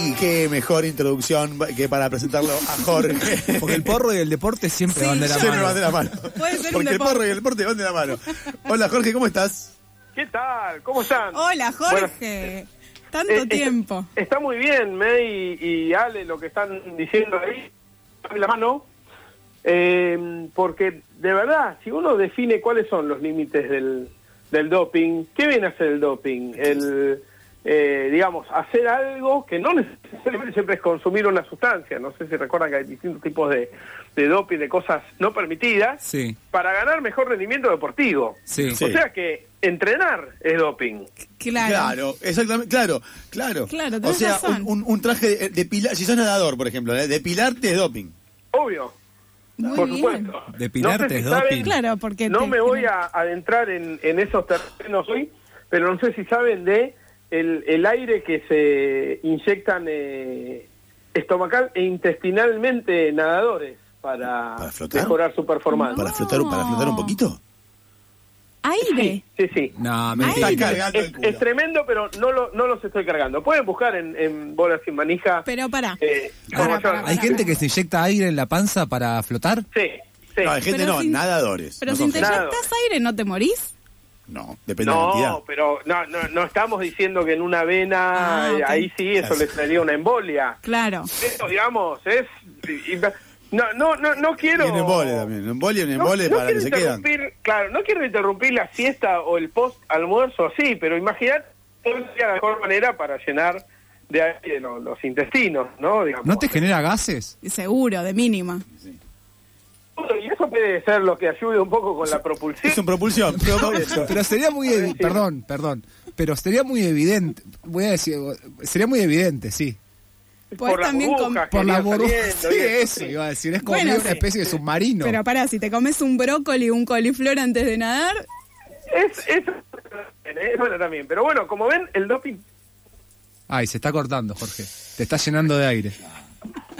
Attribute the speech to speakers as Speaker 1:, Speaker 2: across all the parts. Speaker 1: Y qué mejor introducción que para presentarlo a Jorge.
Speaker 2: Porque el porro y el deporte siempre van de la
Speaker 1: Siempre
Speaker 2: mano.
Speaker 1: van de la mano.
Speaker 3: Puede ser un
Speaker 1: Porque el
Speaker 3: deporte.
Speaker 1: porro y el deporte van de la mano. Hola Jorge, ¿cómo estás?
Speaker 4: ¿Qué tal? ¿Cómo están?
Speaker 3: Hola,
Speaker 4: Bueno,
Speaker 3: Jorge. Tanto
Speaker 4: eh, eh,
Speaker 3: tiempo.
Speaker 4: Está muy bien, May y, y Ale, lo que están diciendo ahí. Dame la mano. Eh, porque, de verdad, si uno define cuáles son los límites del, del doping, ¿qué viene a ser el doping? El, eh, digamos, hacer algo que no necesariamente siempre es consumir una sustancia. No sé si recuerdan que hay distintos tipos de, de doping, de cosas no permitidas,
Speaker 2: Sí.
Speaker 4: para ganar mejor rendimiento deportivo.
Speaker 2: Sí.
Speaker 1: Sí.
Speaker 4: O sea que entrenar es doping.
Speaker 3: Claro.
Speaker 1: Claro, exactamente, claro, claro.
Speaker 3: Claro,
Speaker 1: o
Speaker 3: tenés
Speaker 1: sea,
Speaker 3: razón.
Speaker 1: Un, un- un traje de, de pilar, si sos nadador, por ejemplo, ¿eh? de pilarte es doping.
Speaker 4: Obvio.
Speaker 3: Muy
Speaker 4: por
Speaker 3: bien.
Speaker 4: supuesto.
Speaker 2: Depilarte
Speaker 4: No sé si
Speaker 2: es
Speaker 4: saben-
Speaker 2: doping.
Speaker 3: Claro, porque
Speaker 4: No
Speaker 3: te-
Speaker 4: me voy a adentrar en, en esos terrenos hoy, pero no sé si saben de el, el aire que se inyectan eh, estomacal e intestinalmente nadadores para,
Speaker 1: ¿Para flotar?
Speaker 4: mejorar su performance.
Speaker 1: Para flotar, para flotar un poquito.
Speaker 3: aire.
Speaker 4: Sí, sí.
Speaker 2: No,
Speaker 1: Me
Speaker 2: mentira.
Speaker 1: está cargando
Speaker 4: Es,
Speaker 1: el culo.
Speaker 4: es tremendo, pero no, lo, no los estoy cargando. Pueden buscar en, en bolas sin manija.
Speaker 3: Pero pará.
Speaker 4: eh,
Speaker 3: Pará,
Speaker 4: información.
Speaker 3: pará, pará.
Speaker 2: ¿Hay gente que se inyecta aire en la panza para flotar?
Speaker 4: Sí, sí.
Speaker 1: No, hay gente
Speaker 3: Pero
Speaker 1: no,
Speaker 3: sin-
Speaker 1: nadadores.
Speaker 3: Pero
Speaker 1: no,
Speaker 3: si
Speaker 1: son
Speaker 3: te
Speaker 1: gente.
Speaker 4: Claro.
Speaker 3: inyectas aire, ¿no te morís?
Speaker 1: No, depende de la cantidad.
Speaker 4: No, pero no, no, no estamos diciendo que en una vena
Speaker 3: Ah,
Speaker 4: eh,
Speaker 3: ok.
Speaker 4: ahí sí eso le traería una embolia.
Speaker 3: Claro.
Speaker 4: Esto, digamos, es y- no no no no quiero
Speaker 1: Y un embole también, un embole, un embole
Speaker 4: no, no
Speaker 1: para que
Speaker 4: quiero
Speaker 1: se quedan.
Speaker 4: interrumpir- Claro, no quiero interrumpir la siesta o el post almuerzo así, pero imaginar cuál sería la mejor manera para llenar de aire lo- los intestinos, ¿no? Digamos.
Speaker 2: ¿No te genera gases?
Speaker 3: Seguro, de mínima.
Speaker 4: y eso puede ser lo que ayude un poco con la propulsión.
Speaker 1: Es un propulsión. pero-
Speaker 2: Pero sería muy evi- perdón, perdón, pero sería muy evidente, voy a decir, sería muy evidente, sí.
Speaker 3: Podés
Speaker 4: por las
Speaker 3: también com-
Speaker 4: burbujas que
Speaker 2: Por la
Speaker 4: irían
Speaker 2: burbuja,
Speaker 4: saliendo
Speaker 2: sí,
Speaker 4: y eso,
Speaker 2: eso
Speaker 4: sí.
Speaker 2: iba a decir, es como
Speaker 3: Bueno,
Speaker 2: una
Speaker 3: sí.
Speaker 2: especie de submarino.
Speaker 3: Pero pará, si te comes un brócoli y un coliflor antes de nadar,
Speaker 4: Es, es, es bueno también, pero bueno, como ven, el doping
Speaker 2: Ay, se está cortando, Jorge. Te está llenando de aire.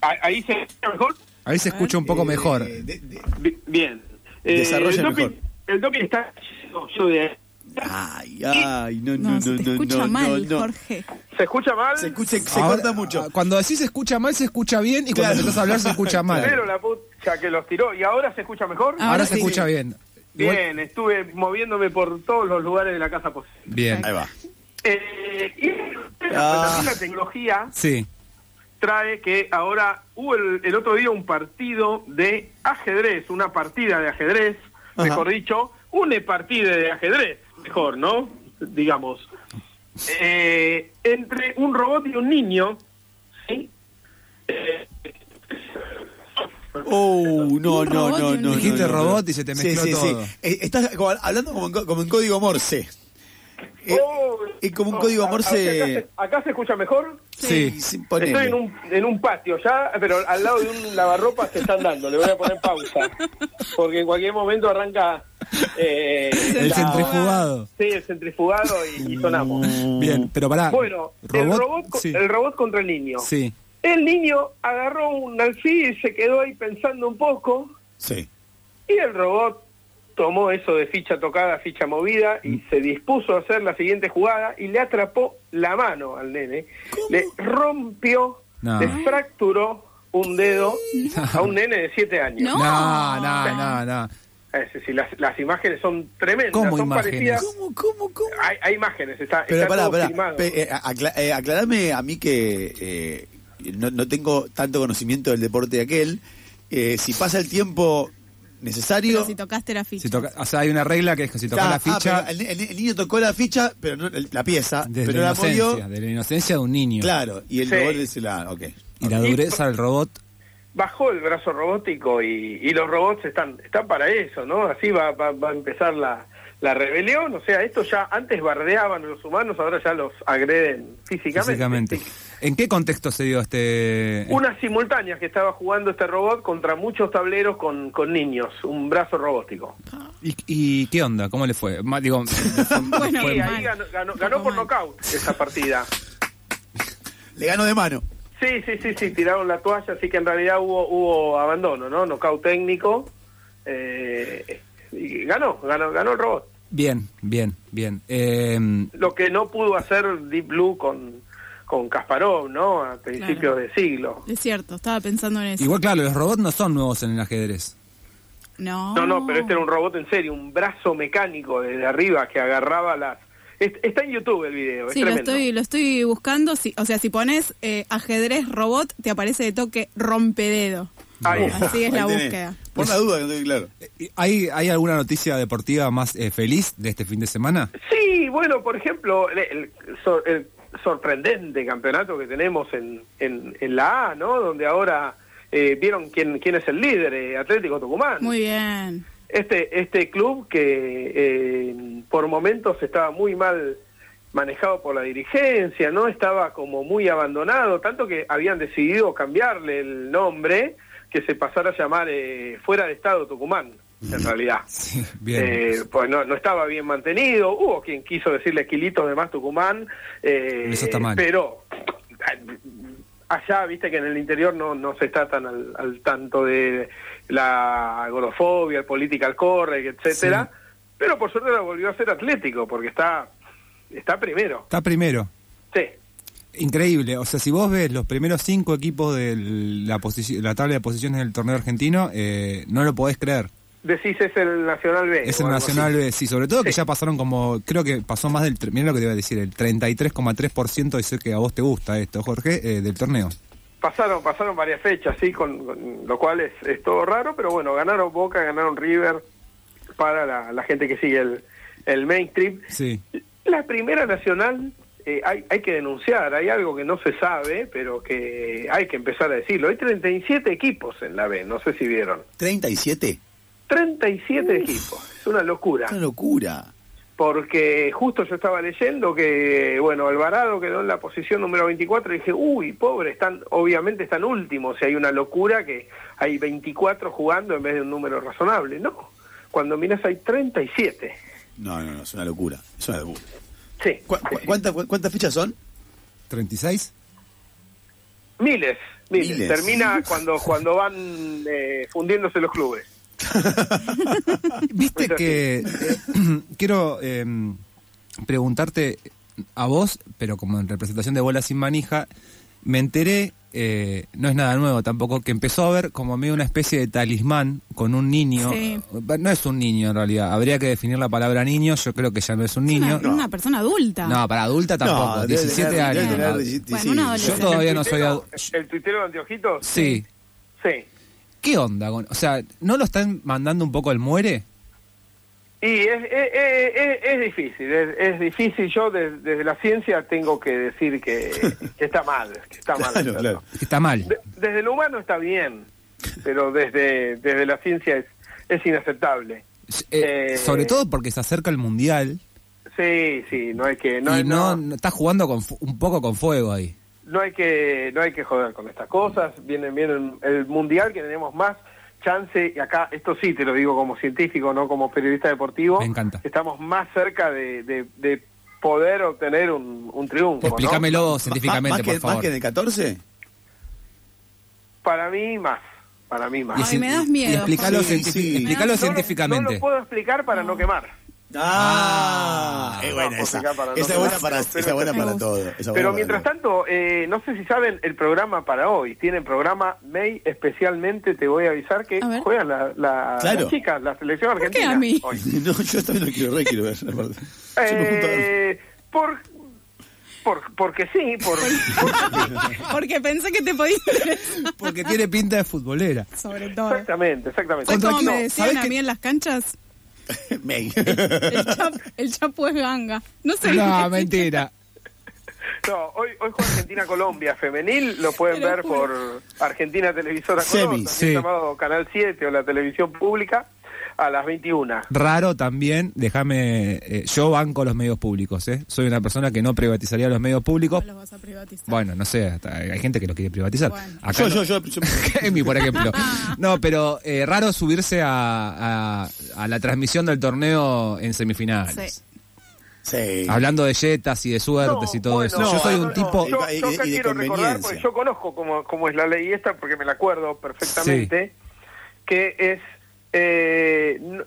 Speaker 4: a- ahí se mejor.
Speaker 2: A ver si escucha un poco mejor.
Speaker 1: Eh, de- de-
Speaker 4: Bi- Bien. Eh,
Speaker 1: Desarrolle
Speaker 4: el, doping,
Speaker 1: mejor.
Speaker 4: el doping está lleno yo de-
Speaker 1: Ay, ay, no,
Speaker 3: no,
Speaker 1: no, no,
Speaker 3: se te
Speaker 1: no,
Speaker 3: escucha
Speaker 1: no, no,
Speaker 3: mal,
Speaker 1: no.
Speaker 3: Jorge.
Speaker 4: ¿Se escucha mal?
Speaker 1: Se escucha, se
Speaker 2: Ahora,
Speaker 1: corta mucho.
Speaker 2: ah, Cuando así se escucha mal, se escucha bien, y
Speaker 1: Claro.
Speaker 2: cuando empezás a hablar, se escucha mal.
Speaker 4: Pero la pucha que los tiró. ¿Y ahora se escucha mejor?
Speaker 3: Ah,
Speaker 2: Ahora
Speaker 3: Ahora
Speaker 2: se
Speaker 3: sí.
Speaker 2: escucha bien. Igual-
Speaker 4: Bien, estuve moviéndome por todos los lugares de la casa posible.
Speaker 2: Bien.
Speaker 1: Ahí va.
Speaker 4: Eh, y
Speaker 1: Ah.
Speaker 4: también la tecnología
Speaker 2: Sí.
Speaker 4: trae que ahora hubo el, el otro día un partido de ajedrez, una partida de ajedrez,
Speaker 1: Ajá.
Speaker 4: mejor dicho, una partida de ajedrez, mejor, ¿no? Digamos. Eh, entre un robot y un niño, ¿sí?
Speaker 1: Oh, no,
Speaker 3: Un
Speaker 1: no,
Speaker 3: robot y
Speaker 1: no,
Speaker 3: un
Speaker 1: no.
Speaker 3: niño.
Speaker 2: Dijiste
Speaker 1: no, no.
Speaker 2: robot y se te mezcló
Speaker 1: sí, sí,
Speaker 2: todo.
Speaker 1: Sí. Eh, Estás como- hablando como en, co- como en código Morse. Eh,
Speaker 4: Oh,
Speaker 1: es como un
Speaker 4: no,
Speaker 1: código
Speaker 4: a- a- Acá
Speaker 1: Morse.
Speaker 4: se, acá se escucha mejor.
Speaker 2: Sí.
Speaker 1: Sí,
Speaker 4: Estoy
Speaker 1: ponele.
Speaker 4: en un, en un patio ya, pero al lado de un lavarropa se están dando. Le voy a poner pausa. Porque en cualquier momento arranca. eh,
Speaker 2: El
Speaker 4: la-
Speaker 2: centrifugado.
Speaker 4: Sí, el centrifugado y, y sonamos.
Speaker 2: Bien, pero pará.
Speaker 4: Bueno, el, robot, co-
Speaker 2: Ah, Sí.
Speaker 4: el robot contra el niño.
Speaker 2: Sí.
Speaker 4: El niño agarró un alfil y se quedó ahí pensando un poco.
Speaker 1: Sí.
Speaker 4: Y el robot tomó eso de ficha tocada, ficha movida y
Speaker 1: Mm.
Speaker 4: se dispuso a hacer la siguiente jugada y le atrapó la mano al nene. Le rompió,
Speaker 2: No.
Speaker 4: le fracturó un dedo a un nene de 7 años.
Speaker 3: No.
Speaker 2: No, no, no, no.
Speaker 4: Es decir, las, las imágenes son tremendas,
Speaker 2: ¿Cómo
Speaker 4: son
Speaker 2: imágenes?
Speaker 4: parecidas.
Speaker 1: ¿Cómo, cómo, cómo?
Speaker 4: Hay, hay imágenes, está,
Speaker 1: Pero
Speaker 4: está
Speaker 1: pará,
Speaker 4: todo
Speaker 1: pará.
Speaker 4: filmado.
Speaker 1: Pe- eh, acla- eh, aclarame a mí que eh, no, no tengo tanto conocimiento del deporte de aquel. Eh, si pasa el tiempo necesario.
Speaker 3: Pero si tocaste la ficha.
Speaker 2: Si toca, o sea, hay una regla que es que si tocas
Speaker 1: Ah,
Speaker 2: la ficha
Speaker 1: ah, pero el, el- el niño tocó la ficha, pero no, el- la pieza,
Speaker 2: de
Speaker 1: pero
Speaker 2: la
Speaker 1: la
Speaker 2: inocencia,
Speaker 1: movió.
Speaker 2: de la inocencia de un niño.
Speaker 1: Claro, y el
Speaker 4: Sí.
Speaker 1: robot dice la. Ok.
Speaker 2: Y la dureza del robot.
Speaker 4: Bajó el brazo robótico y, y los robots están, están para eso, ¿no? Así va, va- va a empezar la, la rebelión. O sea, esto ya antes bardeaban a los humanos, ahora ya los agreden físicamente.
Speaker 2: Físicamente. ¿En qué contexto se dio este...?
Speaker 4: Unas simultáneas que estaba jugando este robot contra muchos tableros con, con niños, un brazo robótico.
Speaker 2: ¿Y, y qué onda? ¿Cómo le fue? Ma- digo,
Speaker 3: Bueno,
Speaker 4: Y
Speaker 2: fue-
Speaker 3: mal.
Speaker 4: ahí ganó, ganó- ganó
Speaker 3: Poco
Speaker 4: por
Speaker 3: mal.
Speaker 4: nocaut esa partida.
Speaker 1: Le ganó de mano.
Speaker 4: Sí, sí, sí, sí, tiraron la toalla, así que en realidad hubo, hubo abandono, ¿no? Nocaut técnico. eh, y ganó, ganó, ganó el robot.
Speaker 2: Bien, bien, bien. Eh,
Speaker 4: Lo que no pudo hacer Deep Blue con, con Kasparov, ¿no? A principios
Speaker 3: Claro.
Speaker 4: de siglo.
Speaker 3: Es cierto, estaba pensando en eso.
Speaker 2: igual, claro, los robots no son nuevos en el ajedrez.
Speaker 3: No.
Speaker 4: No, no, pero este era
Speaker 3: Oh.
Speaker 4: un robot en serio, un brazo mecánico desde arriba que agarraba las... Es- está en YouTube el video, es
Speaker 3: Sí, lo
Speaker 4: tremendo.
Speaker 3: estoy, lo estoy buscando. si- o sea, si pones eh, ajedrez robot, te aparece de toque rompededo.
Speaker 4: Ahí está.
Speaker 3: Así es la
Speaker 1: Ahí tenés.
Speaker 3: búsqueda.
Speaker 1: Por la duda que no estoy claro.
Speaker 2: Eh, ¿Hay, ¿Hay alguna noticia deportiva más eh, feliz de este fin de semana?
Speaker 4: Sí, bueno, por ejemplo, el, el sor- el sorprendente campeonato que tenemos en, en- en la A, ¿no? Donde ahora eh, vieron quién, quién es el líder, eh, Atlético Tucumán.
Speaker 3: Muy bien.
Speaker 4: Este, este club que eh, por momentos estaba muy mal manejado por la dirigencia, ¿no? Estaba como muy abandonado, tanto que habían decidido cambiarle el nombre, que se pasara a llamar eh, Fuera de Estado Tucumán, en realidad.
Speaker 2: Sí, bien.
Speaker 4: Eh, pues no, no estaba bien mantenido, hubo quien quiso decirle kilitos de más Tucumán, eh,
Speaker 2: Eso está mal.
Speaker 4: pero allá, viste que en el interior no, no se está tan al, al tanto de la golofobia, el political correct, etcétera, pero por suerte lo volvió a ser atlético, porque está, está primero,
Speaker 2: Está primero.
Speaker 4: sí.
Speaker 2: Increíble, o sea, si vos ves los primeros cinco equipos de la, posici- la tabla de posiciones del torneo argentino, eh, no lo podés creer.
Speaker 4: Decís es el Nacional B.
Speaker 2: Es
Speaker 4: Eh, o
Speaker 2: el
Speaker 4: algo así.
Speaker 2: Nacional B, sí, sobre todo que
Speaker 4: Sí.
Speaker 2: ya pasaron como, creo que pasó más del, tre- mirá lo que te iba a decir, el 33,3% de ser que a vos te gusta esto, Jorge, eh, del torneo.
Speaker 4: Pasaron, pasaron varias fechas, sí, con, con- lo cual es, es todo raro, pero bueno, ganaron Boca, ganaron River para la, la gente que sigue el, el mainstream.
Speaker 2: Sí.
Speaker 4: La primera nacional eh, hay, hay que denunciar, hay algo que no se sabe, pero que hay que empezar a decirlo. Hay 37 equipos en la B, no sé si vieron.
Speaker 1: 37.
Speaker 4: 37 equipos, es una locura.
Speaker 1: Es una locura.
Speaker 4: Porque justo yo estaba leyendo que, bueno, Alvarado quedó en la posición número 24 y dije, uy, pobre, están, obviamente están últimos, si hay una locura que hay 24 jugando en vez de un número razonable. No, cuando miras hay 37.
Speaker 1: No, no, no, es una locura. Es una locura.
Speaker 4: Sí,
Speaker 1: ¿Cu- cu- cuántas- cu- ¿Cuántas fechas son?
Speaker 2: ¿36?
Speaker 4: miles, miles.
Speaker 1: Miles.
Speaker 4: Termina cuando, cuando van eh, fundiéndose los clubes.
Speaker 2: Viste
Speaker 4: Mira,
Speaker 2: que eh, quiero eh, preguntarte a vos, pero como en representación de Bola Sin Manija, me enteré, eh, no es nada nuevo tampoco, que empezó a haber como medio una especie de talismán con un niño.
Speaker 3: Sí.
Speaker 2: Eh, No es un niño en realidad, habría que definir la palabra niño, yo creo que ya no es un
Speaker 3: Es
Speaker 2: niño.
Speaker 3: una, una persona adulta.
Speaker 2: No, para adulta tampoco,
Speaker 1: No, debe
Speaker 2: 17
Speaker 1: tener- debe
Speaker 2: años.
Speaker 1: tener
Speaker 2: ¿no?
Speaker 1: 17,
Speaker 3: Bueno,
Speaker 1: sí.
Speaker 3: una
Speaker 2: Yo
Speaker 3: adolescente.
Speaker 2: todavía no soy
Speaker 4: ¿El
Speaker 2: adulto.
Speaker 4: tuitero- ¿El tuitero de anteojitos?
Speaker 2: Sí.
Speaker 4: Sí.
Speaker 2: ¿Qué onda? con- O sea, ¿no lo están mandando un poco al muere?
Speaker 4: Y es, es, es- es- es difícil, es, es difícil. Yo de- desde, la ciencia tengo que decir que, que está mal, que está mal.
Speaker 1: Claro,
Speaker 4: hacerlo.
Speaker 1: claro.
Speaker 2: Que Está mal.
Speaker 4: De- desde lo humano está bien, pero desde, desde la ciencia es, es inaceptable.
Speaker 2: Eh,
Speaker 4: Eh,
Speaker 2: sobre todo porque se acerca el mundial
Speaker 4: Sí, sí, no hay que no,
Speaker 2: y
Speaker 4: hay-
Speaker 2: no,
Speaker 4: no-
Speaker 2: no- está jugando con fu- un poco con fuego ahí.
Speaker 4: no hay que no hay que joder con estas cosas. Vienen vienen el mundial que tenemos más chance y acá esto sí te lo digo como científico, no como periodista deportivo.
Speaker 2: Me encanta.
Speaker 4: Estamos más cerca de, de- de poder obtener un, un triunfo. ¿no?
Speaker 2: Explícamelo
Speaker 1: Más-
Speaker 2: científicamente,
Speaker 1: Ah, más que,
Speaker 2: por favor.
Speaker 1: ¿Más que en el 14?
Speaker 4: Para mí más, para mí más.
Speaker 2: Y
Speaker 3: Ay,
Speaker 2: cien-
Speaker 3: me das
Speaker 2: y
Speaker 3: miedo,
Speaker 2: explícalo
Speaker 1: Jorge.
Speaker 2: científic-
Speaker 1: Sí.
Speaker 2: explícalo
Speaker 4: No lo- No
Speaker 2: científicamente.
Speaker 4: lo puedo explicar para no quemar.
Speaker 1: Ah,
Speaker 2: Ah,
Speaker 1: es buena
Speaker 4: vamos
Speaker 1: esa.
Speaker 4: acá para
Speaker 1: Esa
Speaker 4: no
Speaker 1: es buena
Speaker 4: quedar,
Speaker 1: para,
Speaker 4: pero-
Speaker 1: esa es buena
Speaker 3: Me
Speaker 1: para
Speaker 3: gusta.
Speaker 1: todo. esa es buena
Speaker 4: Pero
Speaker 1: para
Speaker 4: mientras
Speaker 1: todo.
Speaker 4: tanto, eh, no sé si saben el programa para hoy. Tienen programa May especialmente, te voy a avisar que
Speaker 3: A ver.
Speaker 4: juegan la, la-
Speaker 1: Claro.
Speaker 4: las chicas, la selección
Speaker 3: qué
Speaker 4: argentina.
Speaker 3: a mí?
Speaker 4: hoy.
Speaker 1: No, yo también lo quiero re, quiero ver. aparte. Yo me junto a ver.
Speaker 4: Eh, por, por, porque sí, por,
Speaker 3: Porque pensé que te podía interesar,
Speaker 2: Porque tiene pinta de futbolera.
Speaker 3: sobre todo.
Speaker 4: exactamente, exactamente.
Speaker 3: ¿Sabes
Speaker 2: Contra
Speaker 3: cómo
Speaker 2: quién-
Speaker 3: me decían
Speaker 2: sabés
Speaker 3: a
Speaker 2: que-
Speaker 3: mí en las canchas?
Speaker 1: May.
Speaker 3: El chapo, el Chapo es ganga. No sé.
Speaker 2: No,
Speaker 3: qué-
Speaker 2: mentira.
Speaker 4: No, hoy, hoy juega Argentina-Colombia femenil, lo pueden
Speaker 3: Pero
Speaker 4: ver por Argentina Televisora
Speaker 1: Semi,
Speaker 4: Colón, también
Speaker 2: sí.
Speaker 4: llamado Canal 7 o la televisión pública, a las 21.
Speaker 2: Raro también, déjame. eh, yo banco los medios públicos, ¿eh? Soy una persona que no privatizaría los medios públicos.
Speaker 3: ¿Cómo los vas a privatizar?
Speaker 2: Bueno, no sé, hasta hay hay gente que los quiere privatizar.
Speaker 3: Bueno.
Speaker 2: Acá
Speaker 1: Yo,
Speaker 2: no-
Speaker 1: yo, yo, yo-
Speaker 2: Emi, por ejemplo. No, pero eh, raro subirse a, a- a la transmisión del torneo en semifinales.
Speaker 3: Sí.
Speaker 1: Sí.
Speaker 2: Hablando de yetas y de suertes y todo
Speaker 4: bueno,
Speaker 2: eso.
Speaker 4: no,
Speaker 2: yo soy
Speaker 4: no,
Speaker 2: un
Speaker 4: no,
Speaker 2: tipo.
Speaker 4: Yo, yo
Speaker 1: Y- y-
Speaker 4: acá
Speaker 1: y de
Speaker 4: quiero recordar, porque
Speaker 1: conveniencia.
Speaker 4: yo conozco cómo, cómo es la ley esta, porque me la acuerdo perfectamente, que es Eh, no-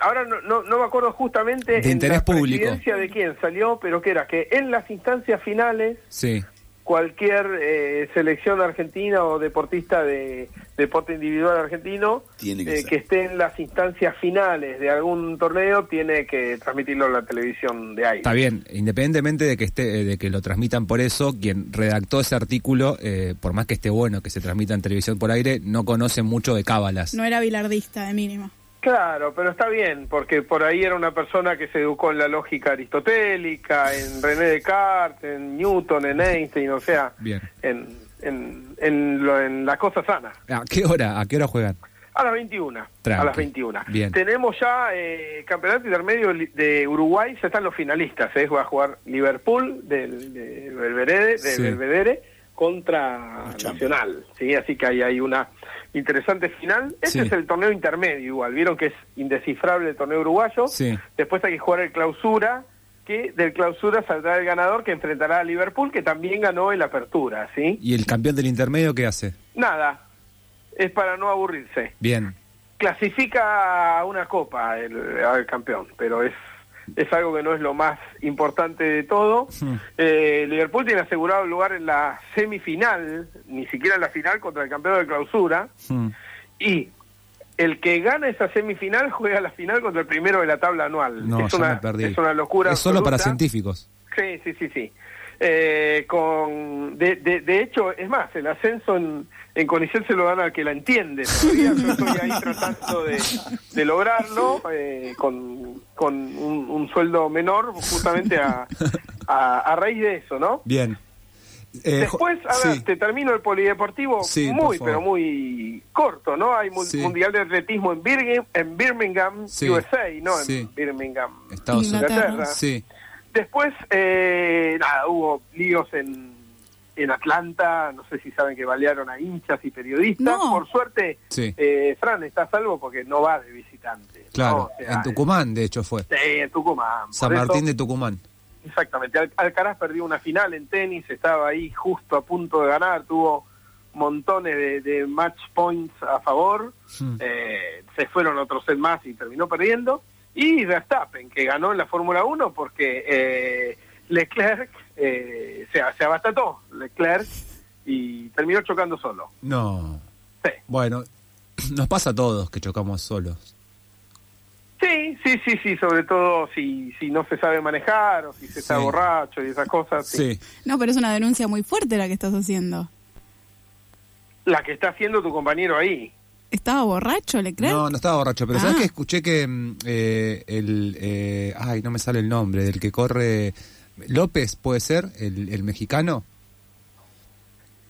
Speaker 4: ahora no, no, no me acuerdo justamente
Speaker 2: De
Speaker 4: en la
Speaker 2: interés público.
Speaker 4: presidencia de quién salió, pero que era que en las instancias finales
Speaker 2: Sí.
Speaker 4: cualquier eh, selección argentina o deportista de deporte individual argentino
Speaker 1: Tiene que
Speaker 4: eh,
Speaker 1: ser.
Speaker 4: esté en las instancias finales de algún torneo tiene que transmitirlo en la televisión de aire.
Speaker 2: Está bien, independientemente de que esté, eh, de que lo transmitan por eso, quien redactó ese artículo, eh, por más que esté bueno que se transmita en televisión por aire, no conoce mucho de cábalas.
Speaker 3: No era bilardista, de mínimo.
Speaker 4: Claro, pero está bien, porque por ahí era una persona que se educó en la lógica aristotélica, en René Descartes, en Newton, en Einstein, o sea,
Speaker 2: Bien.
Speaker 4: en, en, en, lo- en las cosas sanas.
Speaker 2: ¿A qué hora? ¿A qué hora juegan?
Speaker 4: A las 21.
Speaker 2: Tranqui.
Speaker 4: A las 21.
Speaker 2: Bien.
Speaker 4: Tenemos ya eh, campeonato intermedio li- de Uruguay, ya están los finalistas. ¿eh? Va a jugar Liverpool del, de Belvedere, de
Speaker 2: Sí.
Speaker 4: Belvedere contra
Speaker 1: Los Champions.
Speaker 4: Nacional. ¿sí? Así que ahí hay una interesante final. Este
Speaker 2: Sí.
Speaker 4: es el torneo intermedio igual. Vieron que es indescifrable el torneo uruguayo.
Speaker 2: Sí.
Speaker 4: Después hay que jugar el clausura que del clausura saldrá el ganador que enfrentará a Liverpool, que también ganó el apertura, ¿sí?
Speaker 2: ¿Y el campeón del intermedio qué hace?
Speaker 4: Nada, es para no aburrirse
Speaker 2: Bien.
Speaker 4: clasifica a una copa el, al campeón, pero es es algo que no es lo más importante de todo.
Speaker 2: Sí.
Speaker 4: Eh, Liverpool tiene asegurado el lugar en la semifinal, ni siquiera en la final contra el campeón de clausura,
Speaker 2: Hmm.
Speaker 4: y el que gana esa semifinal juega la final contra el primero de la tabla anual.
Speaker 2: No,
Speaker 4: es,
Speaker 2: ya
Speaker 4: una,
Speaker 2: me perdí.
Speaker 4: es una locura.
Speaker 2: Es solo para
Speaker 4: absoluta.
Speaker 2: científicos.
Speaker 4: Sí, sí, sí, sí. Eh, con, de, de, de hecho, es más, el ascenso en, en Conicet se lo dan al que la entiende. Todavía yo estoy ahí tratando de, de lograrlo eh, con, con un, un sueldo menor, justamente a, a, a raíz de eso, ¿no?
Speaker 2: Bien. Eh, jo-
Speaker 4: Después, ahora
Speaker 2: sí.
Speaker 4: te termino el polideportivo
Speaker 2: Sí, por
Speaker 4: muy,
Speaker 2: favor.
Speaker 4: pero muy corto, ¿no? Hay mu-
Speaker 2: Sí.
Speaker 4: Mundial de Atletismo en Birmingham, en Birmingham
Speaker 2: Sí.
Speaker 4: USA, no en
Speaker 2: Sí.
Speaker 4: Birmingham,
Speaker 2: Estados Unidos.
Speaker 3: Inglaterra.
Speaker 2: Sí.
Speaker 4: Después, eh, nada, hubo líos en, en Atlanta, no sé si saben que balearon a hinchas y periodistas.
Speaker 3: No.
Speaker 4: Por suerte,
Speaker 2: Sí.
Speaker 4: eh, Fran está a salvo porque no va de visitante. ¿no?
Speaker 2: Claro.
Speaker 4: O sea,
Speaker 2: en Tucumán, de hecho, fue.
Speaker 4: eh, Sí, en Tucumán. Por
Speaker 2: San Martín
Speaker 4: eso-
Speaker 2: de Tucumán.
Speaker 4: Exactamente. Al- Alcaraz perdió una final en tenis, estaba ahí justo a punto de ganar, tuvo montones de, de match points a favor,
Speaker 2: Hmm.
Speaker 4: eh, se fueron otros set más y terminó perdiendo. Y Verstappen, que ganó en la Fórmula 1 porque eh, Leclerc eh, se, se abastató, Leclerc, y terminó chocando solo.
Speaker 2: No.
Speaker 4: Sí.
Speaker 2: Bueno, nos pasa a todos que chocamos solos.
Speaker 4: Sí, sí, sí, sí, sobre todo si, si no se sabe manejar o si se está
Speaker 2: Sí.
Speaker 4: borracho y esas cosas. Ah, sí.
Speaker 2: Sí.
Speaker 3: No, pero es una denuncia muy fuerte la que estás haciendo.
Speaker 4: La que está haciendo tu compañero ahí.
Speaker 3: ¿Estaba borracho, le crees?
Speaker 2: No, no estaba borracho, pero ¿sabes
Speaker 3: Ah.
Speaker 2: que escuché que mm, eh, el... eh, ay, no me sale el nombre, del que corre... López, ¿puede ser? ¿El, el mexicano?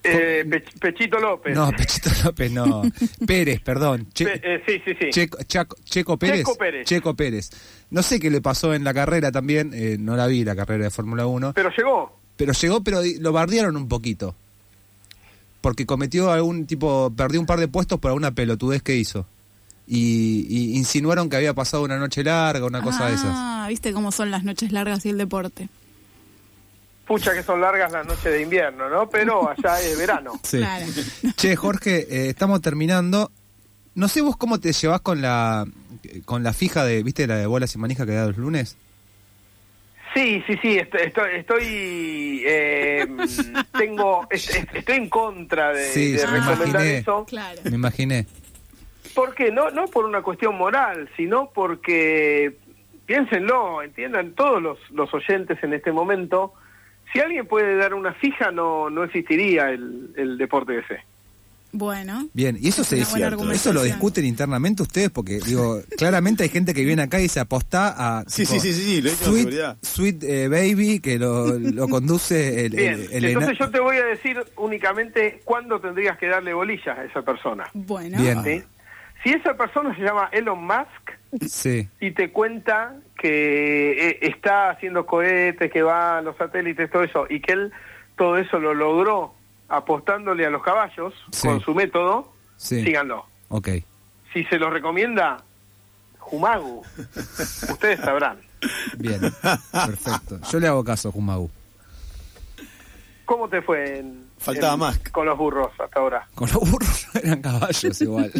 Speaker 4: Eh, Pech- Pechito López.
Speaker 2: No, Pechito López, no. Pérez, perdón. Che-
Speaker 4: Pe- eh, sí, sí, sí.
Speaker 2: Checo, Chaco- Checo Pérez.
Speaker 4: Checo Pérez.
Speaker 2: Checo Pérez. No sé qué le pasó en la carrera también, eh, no la vi la carrera de Fórmula 1,
Speaker 4: Pero llegó.
Speaker 2: pero llegó, pero di- lo bardearon un poquito. Porque cometió algún tipo, perdió un par de puestos por alguna pelotudez que hizo. Y, y insinuaron que había pasado una noche larga, una cosa
Speaker 3: ah,
Speaker 2: de esas.
Speaker 3: viste cómo son las noches largas y el deporte.
Speaker 4: Pucha que son largas las noches de invierno, ¿no? Pero allá es verano.
Speaker 2: Sí.
Speaker 3: Claro.
Speaker 2: Che, Jorge, eh, estamos terminando. No sé vos cómo te llevás con la con la fija de, ¿viste la de bolas y manija que da los lunes?
Speaker 4: Sí, sí, sí, est- estoy... estoy eh, tengo, est- est- estoy en contra de,
Speaker 2: Sí,
Speaker 4: de
Speaker 2: me
Speaker 4: recomendar
Speaker 2: imaginé.
Speaker 4: eso.
Speaker 3: Claro.
Speaker 2: Me imaginé.
Speaker 4: Porque no, no por una cuestión moral, sino porque, piénsenlo, entiendan todos los, los oyentes en este momento, si alguien puede dar una fija no, no existiría el, el deporte de fe.
Speaker 3: Bueno.
Speaker 2: Bien, y eso
Speaker 3: Es
Speaker 2: se
Speaker 3: una buena
Speaker 1: cierto, ¿eh?
Speaker 2: eso lo
Speaker 3: argumentación.
Speaker 2: discuten internamente ustedes porque digo, claramente hay gente que viene acá y se apostá a
Speaker 1: Sí, sí, sí, sí, sí, lo he hecho con seguridad.
Speaker 2: Sweet, Sweet, eh, Baby que lo, lo conduce el,
Speaker 4: Bien,
Speaker 2: el- el
Speaker 4: entonces
Speaker 2: ena-
Speaker 4: yo te voy a decir únicamente cuándo tendrías que darle bolillas a esa persona.
Speaker 3: Bueno.
Speaker 2: Bien.
Speaker 4: ¿sí? Si esa persona se llama Elon Musk
Speaker 2: Sí.
Speaker 4: y te cuenta que eh, está haciendo cohetes, que va a los satélites, todo eso, y que él todo eso lo logró apostándole a los caballos
Speaker 2: Sí.
Speaker 4: con su método,
Speaker 2: Sí.
Speaker 4: síganlo.
Speaker 2: Ok.
Speaker 4: Si se lo recomienda Jumagu, ustedes sabrán.
Speaker 2: Bien. Perfecto. Yo le hago caso, Kumagu.
Speaker 4: ¿Cómo te fue en-
Speaker 1: Faltaba
Speaker 4: en-
Speaker 1: más.
Speaker 4: con los burros hasta ahora?
Speaker 2: Con los burros eran caballos igual.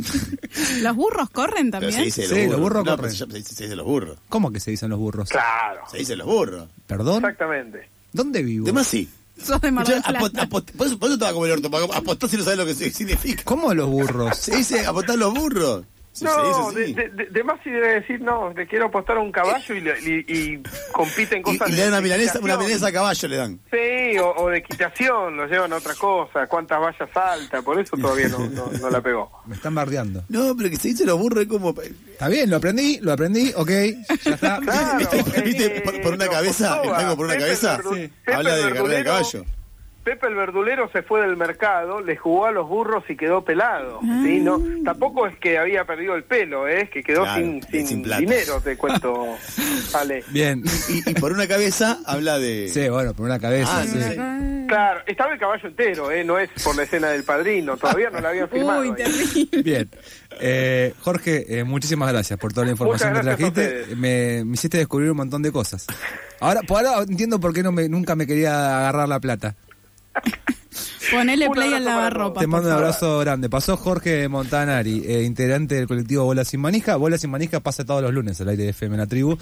Speaker 3: ¿Los burros corren
Speaker 1: Pero
Speaker 3: también?
Speaker 1: se dice
Speaker 2: Sí, los burros
Speaker 1: No,
Speaker 2: corren.
Speaker 1: pero se, se- se dice los burros.
Speaker 2: ¿Cómo que se dicen los burros?
Speaker 4: Claro,
Speaker 1: Se dice los burros.
Speaker 2: ¿Perdón?
Speaker 4: exactamente.
Speaker 2: ¿Dónde vivo?
Speaker 1: Además sí.
Speaker 3: Sos de Mar
Speaker 1: Yo
Speaker 3: del
Speaker 1: apo-
Speaker 3: Plata.
Speaker 1: apo- por, eso, por eso estaba como el orto, porque apostás si no sabes lo que sig- significa.
Speaker 2: ¿Cómo los burros?
Speaker 1: Se dice apostar los burros. Se,
Speaker 4: No,
Speaker 1: se dice así.
Speaker 4: de, de- de más si debe decir, no, le quiero apostar a un caballo y, le- y- y compite en
Speaker 1: Y,
Speaker 4: cosas
Speaker 1: y
Speaker 4: de
Speaker 1: le dan una milanesa, una
Speaker 4: equitación.
Speaker 1: milanesa a caballo le dan.
Speaker 4: Sí, o, o de equitación, lo llevan a otra cosa, cuántas vallas salta, por eso todavía no, no- no la pegó.
Speaker 2: Me están bardeando.
Speaker 1: No, pero que se dice los burros es como. eh,
Speaker 2: Está bien, lo aprendí, lo aprendí, ok, ya está.
Speaker 4: Claro, eh,
Speaker 1: ¿Viste, viste, por, por una
Speaker 4: lo
Speaker 1: cabeza?
Speaker 4: Córdoba,
Speaker 1: ¿El tango por una
Speaker 4: Pepe
Speaker 1: cabeza?
Speaker 4: el verdu-
Speaker 2: Sí.
Speaker 4: Pepe
Speaker 1: Habla
Speaker 4: el
Speaker 1: de carrera de
Speaker 4: verdulero-
Speaker 1: caballo.
Speaker 4: Pepe el verdulero se fue del mercado, le jugó a los burros y quedó pelado. ¿sí? No, tampoco es que había perdido el pelo, ¿eh? es que quedó
Speaker 1: Ah. Claro,
Speaker 4: sin, sin
Speaker 1: sin plata.
Speaker 4: dinero, te cuento, Ale.
Speaker 2: Bien.
Speaker 1: Y, y por una cabeza habla de.
Speaker 2: Sí, bueno, por una cabeza,
Speaker 1: Ah,
Speaker 2: sí.
Speaker 1: sí.
Speaker 4: Claro, estaba el caballo entero, ¿eh? no es por la escena del padrino, todavía no la habían firmado.
Speaker 3: Uy,
Speaker 4: ¿eh?
Speaker 3: terrible.
Speaker 2: Bien. Eh, Jorge, eh, muchísimas gracias por toda la información que
Speaker 4: Muchas gracias a
Speaker 2: trajiste. Me, me hiciste descubrir un montón de cosas. Ahora, por ahora entiendo por qué no me, nunca me quería agarrar la plata.
Speaker 3: Ponele
Speaker 4: Un
Speaker 3: play al
Speaker 4: abrazo para todos.
Speaker 3: lavarropa.
Speaker 2: Te mando un
Speaker 3: por favor.
Speaker 2: abrazo grande. Pasó Jorge Montanari, eh, integrante del colectivo Bola Sin Manija. Bola Sin Manija pasa todos los lunes al aire de FM en la tribu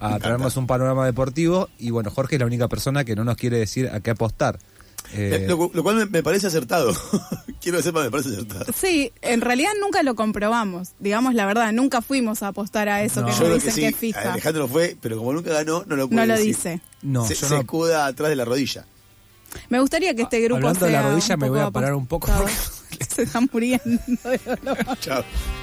Speaker 2: a traernos un panorama deportivo. Y bueno, Jorge es la única persona que no nos quiere decir a qué apostar. Eh,
Speaker 1: Eh, Lo, cu- lo cual me, me parece acertado. Quiero que sepa, me parece acertado.
Speaker 3: Sí, en realidad nunca lo comprobamos, digamos la verdad, nunca fuimos a apostar a eso
Speaker 2: No.
Speaker 3: que
Speaker 1: Yo
Speaker 3: nos
Speaker 2: creo
Speaker 1: creo que
Speaker 3: dicen
Speaker 1: sí.
Speaker 3: que es fija.
Speaker 1: Alejandro fue, pero como nunca ganó, no lo puede
Speaker 3: No lo
Speaker 1: decir.
Speaker 3: dice.
Speaker 2: No,
Speaker 1: se,
Speaker 2: yo
Speaker 1: se
Speaker 2: no-
Speaker 1: escuda atrás de la rodilla.
Speaker 3: Me gustaría que este grupo
Speaker 2: Hablando de la
Speaker 3: sea un
Speaker 2: rodilla, me voy
Speaker 3: poco
Speaker 2: a parar un poco
Speaker 3: apostado. Se está muriendo de dolor.
Speaker 1: Chao.